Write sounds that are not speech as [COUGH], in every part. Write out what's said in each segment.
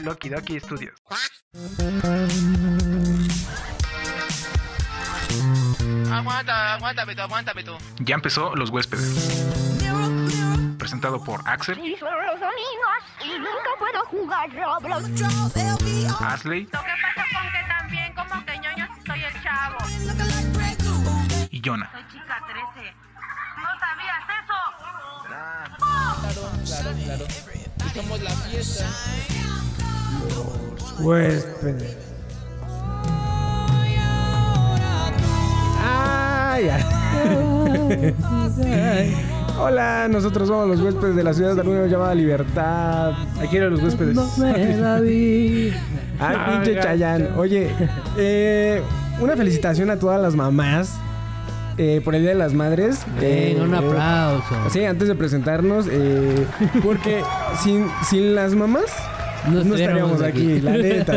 Loki Doki Studios. Aguanta, aguántame tú, aguántame tú. Ya empezó Los Huéspedes. Presentado por Axel, Y son los amigos y nunca puedo jugar Roblox. Asley Lo que pasa con que también como que ñoño soy el chavo. y Jonah. Soy chica 13. ¿No sabías eso? Claro, claro. Y somos la fiesta. Pues, Huéspedes. Ay, [LAUGHS] ay. Hola, nosotros somos los huéspedes de la ciudad de la luna llamada Libertad. Aquí eran los huéspedes. Pues, Ay, pinche Chayán. Oye, eh, una felicitación a todas las mamás eh, por el Día de las Madres. Venga, un Eh, aplauso. Sí, antes de presentarnos, eh, porque sin, sin las mamás No no, estaríamos estaríamos aquí, aquí. la [LAUGHS] neta.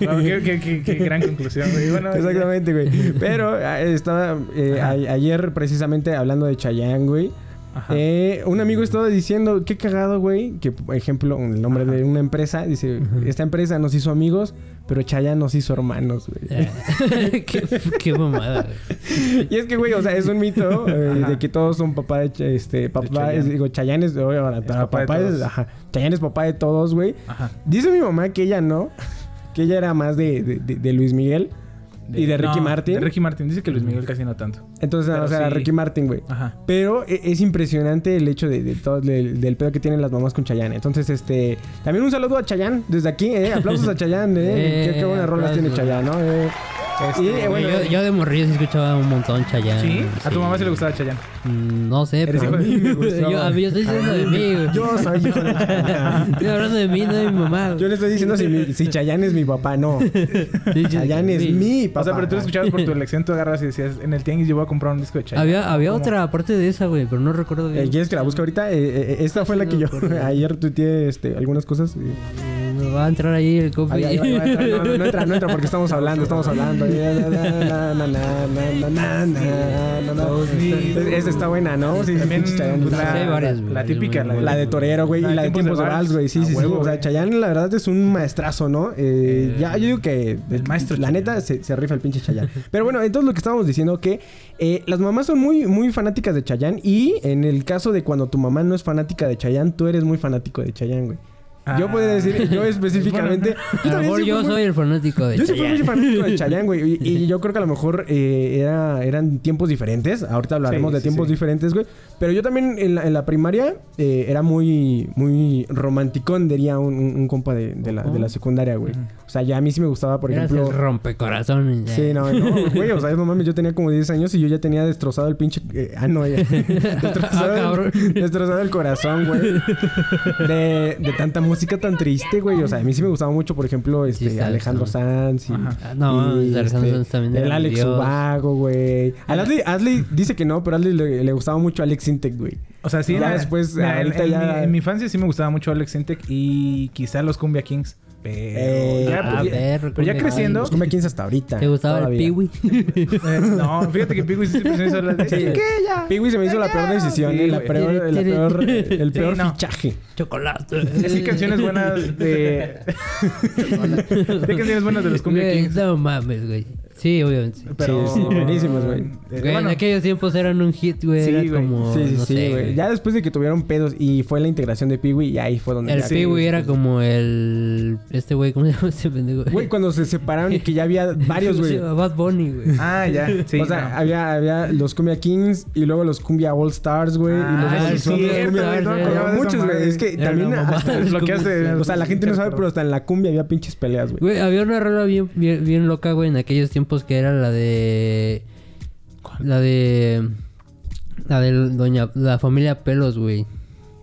Wow, qué, qué- qué- qué gran conclusión, güey. Bueno, [LAUGHS] Exactamente, güey. Pero ah, estaba eh, a- ayer precisamente hablando de Chayanne, güey. Ajá. Eh, un amigo estaba diciendo, qué cagado, güey, que por ejemplo, el nombre de una empresa, dice, esta empresa nos hizo amigos, pero Chayanne nos hizo hermanos, güey. [LAUGHS] qué, qué mamada. güey. [LAUGHS] Y es que, güey, o sea, es un mito eh, de que todos son papá de, Ch- este, papá, Chayanne. es- digo, Chayanne es, oye, ahora, papá de papá es- todos. ajá, Chayanne es papá de todos, güey. Ajá. Dice mi mamá que ella no, que ella era más de, de- de- de Luis Miguel y de Ricky No, Martin. De Ricky Martin. Dice que Luis Miguel casi no tanto. Entonces, nada más Pero era sí. Ricky Martin, güey. Ajá. Pero e- es impresionante el hecho de, de todo, del, del pedo que tienen las mamás con Chayanne. Entonces, este... También un saludo a Chayanne desde aquí, ¿eh? Aplausos a Chayanne, ¿eh? Eh, qué, qué buenas rolas tiene aplausos. Chayanne, ¿no? Eh, y, eh, bueno, yo, yo de morrillo sí escuchaba un montón Chayanne. ¿Sí? ¿A tu mamá se sí le gustaba Chayanne? Mm, No sé, Eres pero... hijo de- me gustaba. [LAUGHS] yo, a mí, yo estoy diciendo de mí, güey. yo soy hijo de Chayanne. Estoy hablando de mí, no de mi mamá. güey. Yo le estoy diciendo si, mi, si Chayanne es mi papá, no. Sí, sí, Chayanne es sí. mi papá. O sea, pero tú lo escuchabas [LAUGHS] por tu elección, tú agarras y decías, en el tianguis yo voy a comprar un disco de Chayanne. Había, había ¿Cómo? otra aparte de esa, güey, pero no recuerdo bien. Eh, ¿Quieres que la busque ahorita? Eh, eh, esta fue la que yo [LAUGHS] ayer tuiteé este, algunas cosas. eh. Eh, me va a entrar ahí el copy. Ay, ay, ay, ay, ay, no, no, no entra, no entra porque estamos hablando, estamos hablando. Na, na, na, na, na, na, na, na. Es- Esta está buena, ¿no? Sí, sí, También sí, Chayanne. pues, Sí, hay la, varias, la güey. típica, la, La de Torero, güey, y la de Tiempos de Vals, güey. Sí, A sí, sí. huevo, O sea, güey. Chayanne, la verdad, es un maestrazo, ¿no? Eh, Eh, ya, yo digo que... el maestro La Chayanne. neta, se, se rifa el pinche Chayanne. Pero bueno, entonces lo que estábamos diciendo que eh, las mamás son muy, muy fanáticas de Chayanne. Y en el caso de cuando tu mamá no es fanática de Chayanne, tú eres muy fanático de Chayanne, güey. Yo Ah. podría decir, yo específicamente... A lo mejor yo soy el fanático de Yo sí fui Chayanne. muy fanático de Chayanne, güey. Y, [LAUGHS] y yo creo que a lo mejor eh, era, eran tiempos diferentes. Ahorita hablaremos Sí, de sí, tiempos sí. diferentes, güey. Pero yo también en la, en la primaria eh, era muy, muy romanticón, diría un, un- un compa de, de la, de la secundaria, güey. O sea, ya a mí sí me gustaba, por Eras ejemplo... el rompecorazones. ya. Sí, no, [LAUGHS] no, güey, o sea, no mames, yo tenía como 10 años y yo ya tenía destrozado el pinche... eh, ah, [LAUGHS] no, ya. [LAUGHS] Ah, destrozado, cabrón. el, destrozado el corazón, güey. De, de tanta música tan triste, güey. O sea, a mí sí me gustaba mucho, por ejemplo, Sí, este, está Alejandro destrozado. Sanz y... Ajá. Ah, No, y, el Alejandro este, Sanz también El era mi Alex Dios. Ubago, güey. Al Adley, Adley dice que no, pero a Adley le, le gustaba mucho Alex Intec, güey. O sea, sí, Ya la- después, la- en, ahorita en ya- mi, en mi infancia sí me gustaba mucho Alex Intec y quizá los Cumbia Kings. Pero, Eh, ya, pues, ah, ya- perro, pero ya Cumbia creciendo. Los come 15 hasta ahorita. ¿Te gustaba todavía. el piwi? [LAUGHS] eh, no, fíjate que Piggy siempre se me hizo la de. Sí. Peewee se me hizo la peor decisión, Sí, eh, la güey. peor- la peor- el [LAUGHS] Sí, peor no. fichaje. Chocolate. Sí, canciones buenas [LAUGHS] de. sí, canciones buenas de los Cumbia Güey, Kings. No mames, güey. Sí, obviamente. sí. Pero. Sí, sí, buenísimas, güey. Eh, Güey, bueno, en aquellos tiempos eran un hit, güey. Sí, era güey. como. sí, sí, no sí, sé, güey. Ya después de que tuvieron pedos y fue la integración de Peewee, y ahí fue donde El ya- Piwi era como el. Este güey, ¿cómo se llama este pendejo? Güey, cuando se separaron y que ya había varios, güey. Sí, [LAUGHS] Bad Bunny, güey. Ah, ya. Sí, o sea, [LAUGHS] no. había, había los Cumbia Kings y luego los Cumbia All Stars, güey. y Ah, luego sí, los sí, Cumbia- cierto, Cumbia- güey, no me Había acordaba de esa muchos, güey. madre. Es que Era también una mamada. [LAUGHS] hasta- Desbloqueaste. [LAUGHS] O sea, la gente no sabe, pero hasta en la cumbia había pinches peleas, güey. Güey, había una rola bien, bien, bien loca, güey, en aquellos tiempos que era la de. La de. La de Doña. La familia Pelos, güey.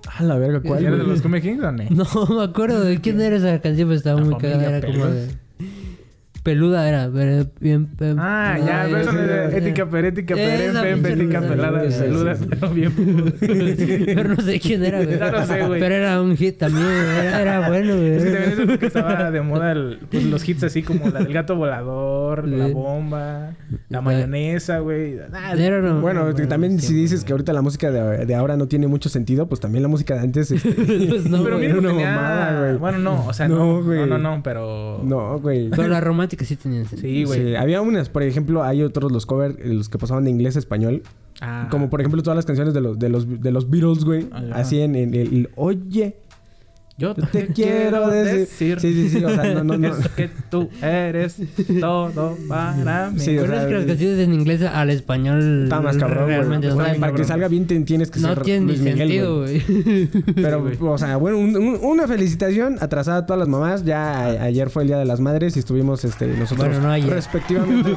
Ah, la verga, ¿cuál? ¿Era de güey? los [LAUGHS] Cumbia Kings o no? No me acuerdo de quién era esa canción, pero estaba La muy cagada. familia Era como Pelos. de. peluda era. pero Bien, bien- Ah, ya, pero eso no es ya. ética perética, Esa perén, pinche ética luz, pelada, sí, sí, saluda, sí. pero bien. [LAUGHS] Pero no sé quién era, güey. Ya no sé, güey. Pero era un hit también, güey. Era, era bueno, güey. Es que también es [LAUGHS] porque estaba de moda el- pues, los hits así como la del gato volador, la Sí. bomba, Ah. la mayonesa, güey. Ah, Era, no, Bueno, no, que también si sí, dices que ahorita la música de, de ahora no tiene mucho sentido, pues también la música de antes. este, [LAUGHS] Pues no, pero güey. mira, una tenía... mamada, güey. Bueno, no, o sea, No, no, no, güey. no, no, pero... no, güey. Pero la romántica sí tenía sentido. Sí, güey. Sí, había unas, por ejemplo, hay otros los covers, los que pasaban de inglés a español. Ah. Como por ejemplo todas las canciones de los, de los, de los Beatles, güey. Ajá. Así en, en el, el, Oye, Yo yo te quiero decir. Sí, sí, sí. O sea, no, no, no. Es que tú eres todo para mí. Sí, o Pero sea, es que las canciones en inglés al español. Está más cabrón, güey. Realmente O no sea, tienen- para que salga bien te- tienes que No ser tiene ni Luis Miguel, sentido, güey. güey. [LAUGHS] Pero, o sea, bueno, un- un- una felicitación atrasada a todas las mamás. Ya Ah. a- ayer fue el Día de las Madres y estuvimos este, nosotros Bueno, no ayer. [LAUGHS] respectivamente.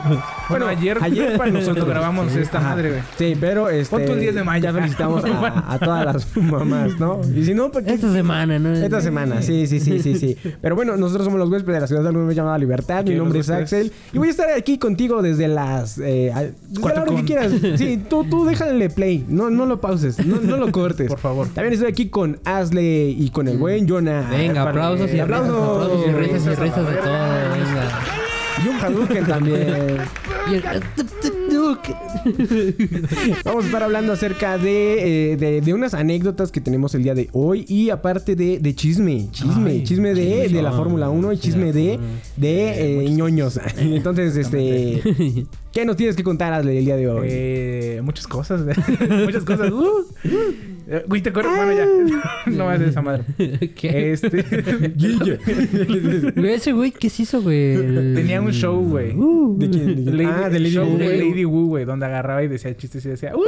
Bueno, ayer, [LAUGHS] ayer para nosotros nosotros grabamos esta Ajá. madre, güey. Sí, pero este, Pon tú el 10 de mayo. ya felicitamos a, a todas las [LAUGHS] mamás, ¿no? Y si no, pues Esta semana, ¿no? esta semana, sí, sí, sí, [LAUGHS] sí, sí. Pero bueno, nosotros somos los huéspedes de la ciudad de Algún llamada Libertad. Mi Aquí nombre los es huéspedes. Axel. Y voy a estar aquí contigo desde las. Eh, a- desde Cuatro la hora que con. quieras. Sí, tú, tú déjale play. No, no lo pauses. No, no lo cortes. Por favor. También estoy aquí con Asle y con el buen Jonah. Venga, Para- aplausos y aplausos, aplausos. aplausos y risas y risas de todo, venga. Y un Hadouken también. Y el- [LAUGHS] No, que- Vamos a estar hablando acerca de, eh, de, de unas anécdotas que tenemos el día de hoy y aparte de, de chisme, chisme, Ay, chisme de, chisme. de la Fórmula 1 y Sí, chisme la de, Fórmula uno. de eh, ñoños. [LAUGHS] Entonces, este, ¿qué nos tienes que contar, Asle, el día de hoy? Eh, muchas cosas, [LAUGHS] muchas [LAUGHS] cosas. Uh, uh. Eh, Güey, te acuerdas, bueno, Ah. ya. [LAUGHS] no vas a esa [LAUGHS] madre. ¿Qué? Este. Güey, ese güey, ¿qué se hizo, güey? El- Tenía un show, güey. ¿De quién? Uh, [LAUGHS] ¿De quién? Lady- ah, de Lady show Wu, de güey. Lady Wu, güey, donde agarraba y decía chistes y decía, ¡Uh!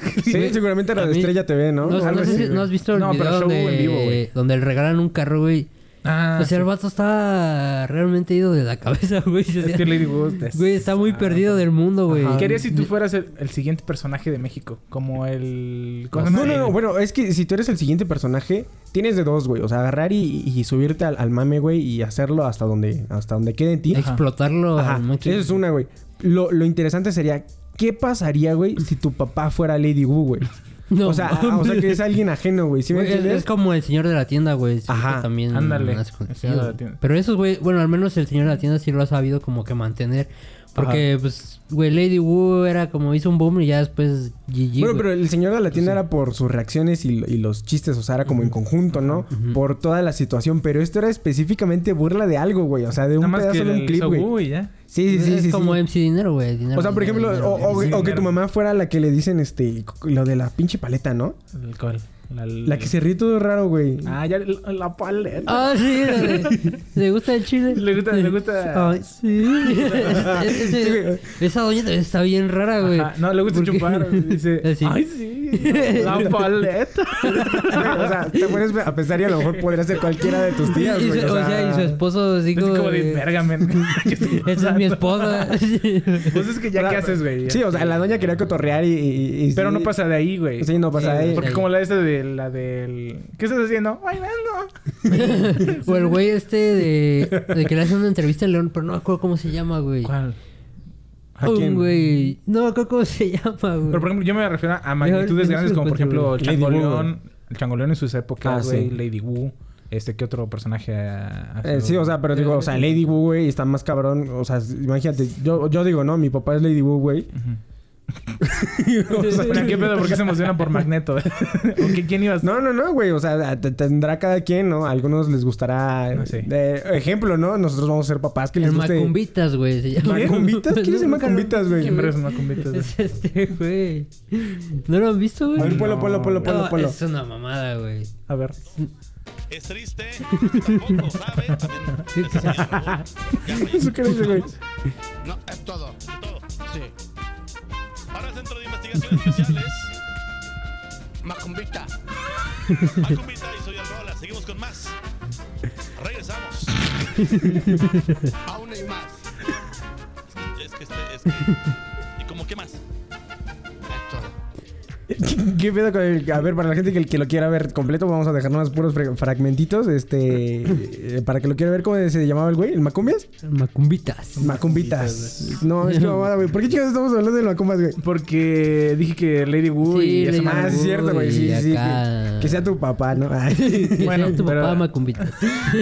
[LAUGHS] Sí, seguramente era A de mí- Estrella TV, ¿no? No, no Algo sé así, si- güey. ¿no has visto el No, pero video show en donde, vivo, güey. donde le regalan un carro, güey? Ah, Pues o sea, el vato está realmente ido de la cabeza, güey. O sea, es que Lady Wu es- Ah, güey, está muy perdido del mundo, güey. ¿Qué harías si tú fueras el, el siguiente personaje de México? Como el. ¿cómo se No, llama? no, no. El- Bueno, es que si tú eres el siguiente personaje, tienes de dos, güey. O sea, agarrar y, y subirte al, al mame, güey, y hacerlo hasta donde, hasta donde quede en ti. Explotarlo Ajá, al máximo. Esa es una, güey. Lo, lo interesante sería, ¿qué pasaría, güey, si tu papá fuera Lady Wu, güey? [LAUGHS] No, o, sea, ah, o sea, que es alguien ajeno, güey. ¿Sí me Güey, es, entiendes? es como el señor de la tienda, güey. sí, Ajá, que también ándale, hace con- el señor de la sí, tienda. Pero esos, güey, bueno, al menos el señor de la tienda sí lo ha sabido como que mantener. Porque, pues, güey, Lady Wu era como hizo un boom y ya después GG. Bueno, güey. pero el señor de la tienda era por sus reacciones y, lo- y los chistes, o sea, era como en conjunto, ¿no? Por toda la situación, pero esto era específicamente burla de algo, güey, o sea, de Nada un más que pedazo de le un clip, hizo güey. Wu y ya. Sí, sí, sí, es sí. como sí. MC Dinero, güey. dinero, O sea, por dinero, ejemplo, dinero, o, o- dinero. o que tu mamá fuera la que le dicen este lo de la pinche paleta, ¿no? El cual. La, La que se ríe todo raro, güey. Ah, ya, la, la paleta. Ah, sí, [LAUGHS] la de- le gusta el chile. Le gusta- le gusta- Ay, sí. [LAUGHS] Ese- Sí, güey. esa doña también está bien rara, güey. Ajá, No, le gusta Porque- chupar. Dice, [LAUGHS] Así. ay, sí, [LAUGHS] la la paleta. Güey, [LAUGHS] o sea, te pones a pensar y a lo mejor podría ser cualquiera de tus tías, Y su- güey. o sea, y su esposo eh, así Es como de de- verga, men. [LAUGHS] ¿Qué estoy Esa es usando?" mi esposa. [LAUGHS] Pues es que ya, ¿qué haces, güey? Sí, o sea, la doña quería cotorrear y... y- y- Pero sí. no pasa de ahí, güey. Sí, no pasa Sí, de ahí. güey. Porque como la esta de la del... ¿Qué estás haciendo? Bailando. o el güey este de, de que le hacen una entrevista a León, pero no me acuerdo cómo se llama, güey. ¿Cuál? ¿A Un quién? güey. No me acuerdo cómo se llama, güey. Pero por ejemplo, yo me refiero a magnitudes Yo- grandes como por ejemplo el Lady Wu, Changoleón. El Changoleón en sus Ah, épocas, sí. güey. Lady Wu. Este, ¿qué otro personaje ha- ha Eh, sido? sí, o sea, [LAUGHS] pero digo, o sea, Lady Wu, güey, está más cabrón. O sea, imagínate, yo, yo digo, no, mi papá es Lady Wu, güey. O sea, Pero, ¿Qué pedo? ¿Por qué se emocionan por [LAUGHS] Magneto? ¿O qué- ¿Quién ibas? No, no, no, güey. O sea, te- tendrá cada quien, ¿no? A algunos les gustará. No sé. eh, ejemplo, ¿no? Nosotros vamos a ser papás que El les guste. Macumbitas, güey. se llama. ¿Macumbitas? ¿Quién es el No, Macumbitas, güey? ¿Quién vergas es Macumbitas, güey? Es este, güey. ¿No lo han visto, güey? A ver, ponlo, ponlo, ponlo, No, ponlo, ponlo. Es una mamada, güey. A ver. Es triste, tampoco sabe. También es señor Raúl. Ya [LAUGHS] falleció. ¿Eso qué dice, güey? No, es todo. es todo. Sí. Para el Centro de Investigaciones Especiales, Macumbita. Macumbita y soy Alrola. Seguimos con más. Regresamos. Aún hay más. Es que, es que, este, es que. ¿Y cómo qué más? Es todo. [LAUGHS] ¿Qué pedo con el- A ver, para la gente que, que lo quiera ver completo, vamos a dejar unos puros fra- fragmentitos. Este. eh, para que lo quiera ver, ¿cómo se llamaba el güey? ¿El Macumbias? Macumbitas. Macumbitas. No, es que mamada, güey. ¿Por qué chicos estamos hablando de Macumbias, güey? Porque dije que Lady Wu Sí, y esa Lady madre. Ah, es cierto, güey. Sí, Uy, sí. acá. Que, que sea tu papá, ¿no? [LAUGHS] Ay. Bueno, Bueno, tu pero- papá Macumbitas.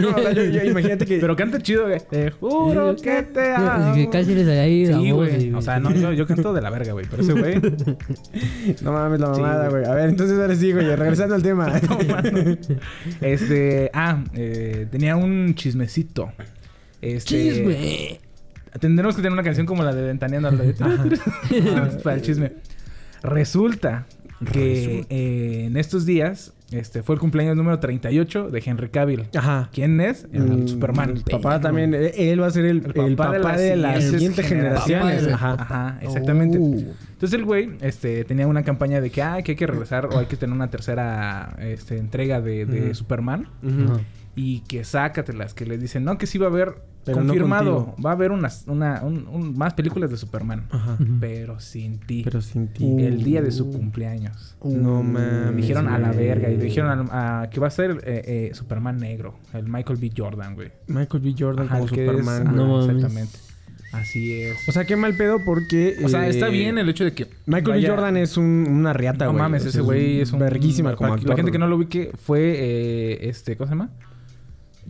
No, o sea, yo- yo- imagínate que. Pero canta chido, güey. Te juro que te amo. No, que casi les salía ahí la Sí, voz, güey. O sea, no, yo, yo canto de la verga, güey. Pero ese güey. No mames, la Sí, mamada, güey. güey. A ver, entonces ahora sí, güey. Regresando al tema. [LAUGHS] no, mano. Este. Ah, eh, tenía un chismecito. Este. Chisme. Tendremos que tener una canción como la de Ventaneando al radio. [LAUGHS] Para el chisme. Resulta que eh, en estos días este, fue el cumpleaños número 38 de Henry Cavill. Ajá. ¿Quién es? El Mm, Superman. Papá también. eh, Él va a ser el, el papá, de las siguientes siguientes generaciones. generaciones. Ajá. Ajá, exactamente. Uh. Entonces el güey este, tenía una campaña de que, ah, que hay que regresar o hay que tener una tercera este, entrega de, de Superman. Ajá. Y que sácatelas, que les dicen, no, que sí va a haber Pero no confirmado, contigo. va a haber unas, una, un- un- más películas de Superman, pero sin ti. Pero sin ti. Uh. el día de su cumpleaños. No mames. Me dijeron a la güey. verga y dijeron al- a- que va a ser eh, eh, Superman negro, el Michael B. Jordan, güey. Michael B. Jordan Ajá, como el que es- Superman. ajá, güey. No mames. exactamente. Así es. O sea, qué mal pedo porque. O sea, eh, está bien el hecho de que. Michael B. vaya- Jordan es un- una riata, No güey. mames, O sea, ese güey es un. Verguísima como para actor. La gente que no lo ubique fue. eh, este, ¿Cómo se llama?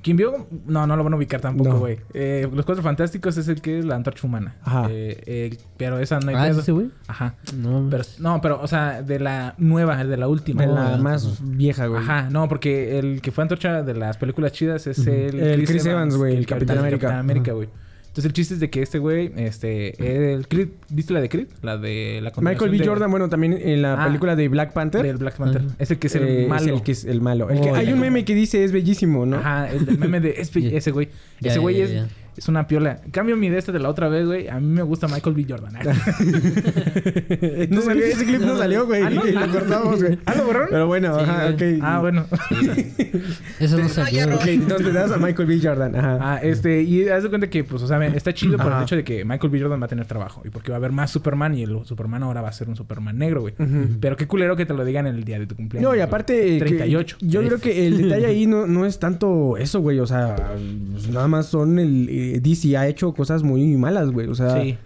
¿Quién vio? No, no lo van a ubicar tampoco, No. güey. Eh, Los Cuatro Fantásticos es el que es la antorcha humana. Ajá. Eh, el- pero esa no hay Ah, ¿es pedo. ese güey? Mm. Ajá. No, Pero, no, pero, o sea, de la nueva, de la última. De No, la no, más vieja, güey. Ajá, no, porque el que fue antorcha de las películas chidas es el, El Chris Evans, güey, el que Capitán ahorita es América. Capitán América, güey. Entonces el chiste es de que este güey, este, el Creed, ¿viste la de Creed? La de la Michael continuación B. de- Jordan, bueno, también en la Ah. película de Black Panther. del Black Panther. Ajá. Es el que es el eh, malo. el que es el malo. El que- Oh, hay ya. un meme que dice es bellísimo, ¿no? [LAUGHS] Ajá, el del meme de es- ese güey. Ya, ese ya, güey ya, es, ya. es una piola. Cambio mi de este de la otra vez, güey. A mí me gusta Michael B. Jordan. ¿eh? [LAUGHS] No salió, ese clip no salió, güey. Ah, ¿no? [LAUGHS] Lo cortamos, güey. ¿Ah, lo borraron? Pero bueno, Sí, ajá, ok. güey. ah, bueno. eso no salió. Ok, entonces te das a Michael B. Jordan. Ajá. Ah, este, y haz de cuenta que, pues, o sea, está chido por el Ajá. hecho de que Michael B. Jordan va a tener trabajo. Y porque va a haber más Superman y el Superman ahora va a ser un Superman negro, güey. Pero qué culero que te lo digan el día de tu cumpleaños. No, y güey. aparte... eh, que- 38. yo creo que el detalle ahí no, no es tanto eso, güey. O sea, pues, nada más son el... eh, DC ha hecho cosas muy malas, güey. O sea... Sí.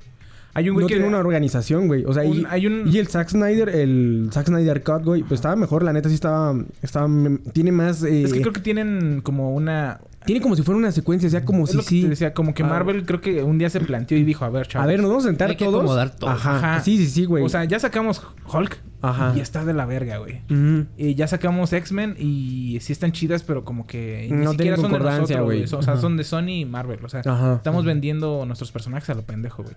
Hay un güey No que... tiene una organización, güey. O sea, y, Un- hay un- y el Zack Snyder, el Zack Snyder Cut, güey, pues estaba mejor, la neta sí estaba, estaba tiene más, eh, Es que creo que tienen como una... tiene como si fuera una secuencia, o sea, como es si lo que sí. te decía, como que Ah. Marvel creo que un día se planteó y dijo, a ver, A chavos. ver, nos vamos a sentar Hay que todos. acomodar todos. Ajá. Sí, sí, sí, güey. O sea, ya sacamos Hulk Ajá. y está de la verga, güey. Ujú. Eh, ya sacamos X-Men y sí están chidas, pero como que ni No siquiera tienen son de concordancia, nosotros, güey. güey. So- O sea, son de Sony y Marvel. O sea, Ajá. estamos vendiendo nuestros personajes a lo pendejo, güey.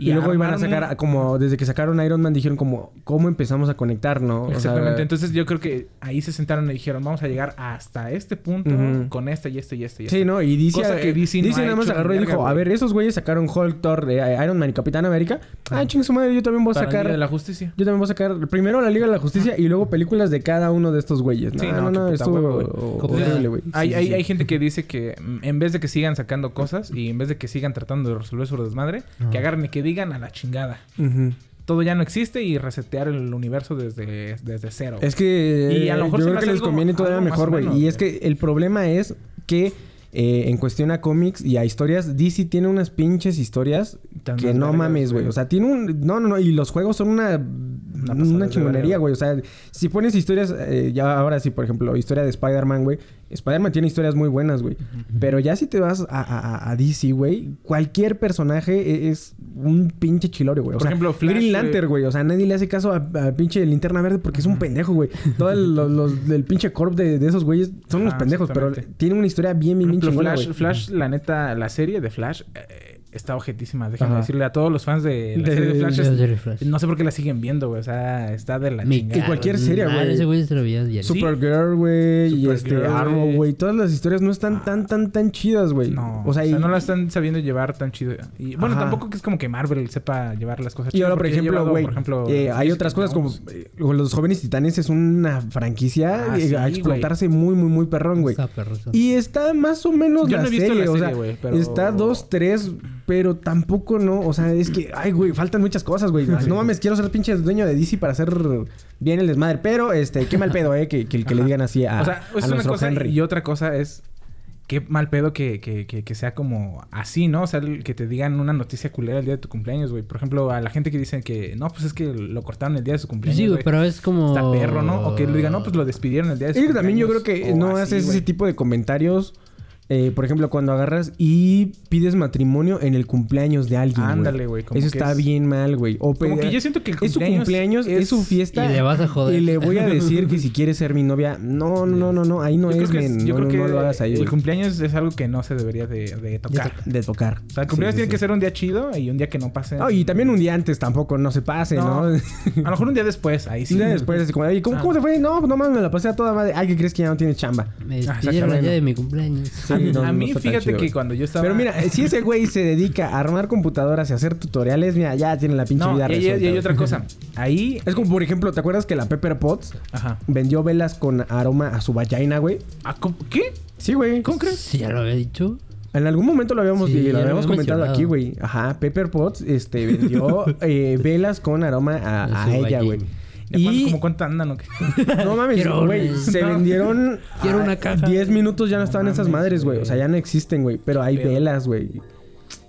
Y, luego iban a armar un- sacar, como desde que sacaron Iron Man, dijeron como, ¿cómo empezamos a conectar, no? O sea, Exactamente. Entonces yo creo que ahí se sentaron y dijeron, vamos a llegar hasta este punto Ujú. con este y este y este y Sí, este". ¿no? Y DC, Cosa que eh, DC DC, no ha nada más hecho ni agarró y verga, dijo, a güey. ver, esos güeyes sacaron Hulk, Thor, eh, Iron Man y Capitán América. Ah, chingue su madre, yo también voy a Para el sacar... Día de la justicia. Yo también voy a sacar primero la Liga de la Justicia y luego películas de cada uno de estos güeyes. No, Sí, no, no, no, qué puta hueva, güey. estuvo Como- horrible, güey. Hay, Sí, hay, sí. hay gente que dice que mm, en vez de que sigan sacando cosas y en vez de que sigan tratando de resolver su desmadre, que agarren y que digan a la chingada. Ujú. Todo ya no existe y resetear el universo desde, desde cero. Es que eh, Y a lo mejor yo se me creo que hace les algo- conviene todavía algo más mejor, o güey. menos, Y es güey. que el problema es que eh, en cuestión a cómics y a historias, DC tiene unas pinches historias Tan que más no vergas, mames, güey. güey. O sea, tiene un... No, no, no. Y los juegos son una... pasada de Una, verga, chingonería, güey. güey. O sea, si pones historias... eh, ya ahora sí, por ejemplo, historia de Spider-Man, güey. Spider-Man tiene historias muy buenas, güey. Pero ya si te vas a, a- a- a DC, güey, cualquier personaje e- es un pinche chilore, güey. O Por sea, ejemplo, Flash, eh, Green güey. Lantern, güey. O sea, nadie le hace caso a, a pinche linterna verde porque es un pendejo, güey. [LAUGHS] Todos los, los del pinche corp de, de esos güeyes son unos Ah, pendejos, pero exactamente. tiene una historia bien, bien, bien Pero chingona, Flash, güey. Flash, la neta, la serie de Flash eh, está objetísima. Déjenme Ajá. decirle a todos los fans de la De- serie de de- Flash. de la es- serie Flash. No sé por qué la siguen viendo, güey. O sea, está de la Me chingada. cago cualquier en serie, nada, güey. Ese güey se lo veías diario. Supergirl, güey, y este Supergirl, güey. Ah. Arrow, güey. Todas las historias no están tan, tan, tan chidas, güey. No, o sea, y, no la están sabiendo llevar tan chido. Y bueno, Ajá. tampoco que es como que Marvel sepa llevar las cosas y ahora, por porque ya ha ejemplo, llevado, güey, por ejemplo, eh, hay Jessica otras cosas como Jones. eh, con Los Jóvenes Titanes es una franquicia Ah, eh, sí, a güey. explotarse muy, muy, muy perrón, güey. Está perro, está. Y está más o menos Yo no la he visto la serie, o serie, sea, güey, pero- está dos, tres Pero tampoco no, o sea, es que, ay, güey, faltan muchas cosas, güey. No mames, quiero ser pinche dueño de DC para hacer bien el desmadre. Pero, este, qué mal pedo, eh, que, que, que le digan así a, o sea, a es una nuestro cosa Henry. y otra cosa es qué mal pedo que, que, que, que sea como así, ¿no? O sea, el que te digan una noticia culera el día de tu cumpleaños, güey. Por ejemplo, a la gente que dicen que no, pues es que lo cortaron el día de su Pues cumpleaños. sí, güey, güey. pero es como. Está perro, ¿no? O que le digan, no, pues lo despidieron el día de su Y también yo creo cumpleaños", que o no así, haces güey. ese tipo de comentarios. eh, por ejemplo, cuando agarras y pides matrimonio en el cumpleaños de alguien. güey. Ándale, güey, como Eso que está es- bien mal, güey. O Como pe- que yo siento que el es su cumpleaños, es, su fiesta. Y le vas a Y joder. le voy a decir [LAUGHS] que si quieres ser mi novia. No, no, no, no, no, Ahí no yo es, creo que, es- men. yo no, creo no, que no lo hagas ahí, el güey. cumpleaños es algo que no se debería de, de tocar. De tocar. O sea, el cumpleaños Sí, tiene sí, que sí. ser un día chido y un día que no pase. Ah, y también un día antes tampoco, no se pase, No. ¿no? [LAUGHS] [LAUGHS] A lo mejor un día después, ahí sí. Ah. Sí, después, así como, "Oye, ¿cómo, ¿cómo te fue? No, no mames, me la pasé a toda madre. Ay, ¿qué crees que ya no tiene chamba? Me Ah, despidieron el exactamente. día de mi cumpleaños. a, Sí, no, a no mí, está tan fíjate chido, que güey. cuando yo estaba. Pero mira, eh, si ese güey se dedica a armar computadoras y a hacer tutoriales, mira, ya tiene la pinche No, vida y, hay- y resuelta, hay güey. otra cosa. Ahí. Es como, [LAUGHS] por ejemplo, ¿te acuerdas que la Pepper Potts Ajá. vendió velas con aroma a su vagina, güey? Ah, ¿cómo- ¿Qué? Sí, güey. ¿Cómo crees? Sí, ya lo había dicho. En algún momento lo habíamos, y Sí, lo ya lo habíamos habíamos comentado mencionado. aquí, güey. Ajá, Pepper Potts este, [LAUGHS] vendió eh, velas con aroma a, A a su ella, vagina. güey. ¿De cuán- Y ¿Cómo cuánto andan o [LAUGHS] qué? [LAUGHS] no mames, Quiero güey, una. se vendieron Quiero a una caja. 10 minutos ya no, estaban esas mames, madres, güey. O güey. sea, ya no existen, güey, pero hay pedo. velas, güey.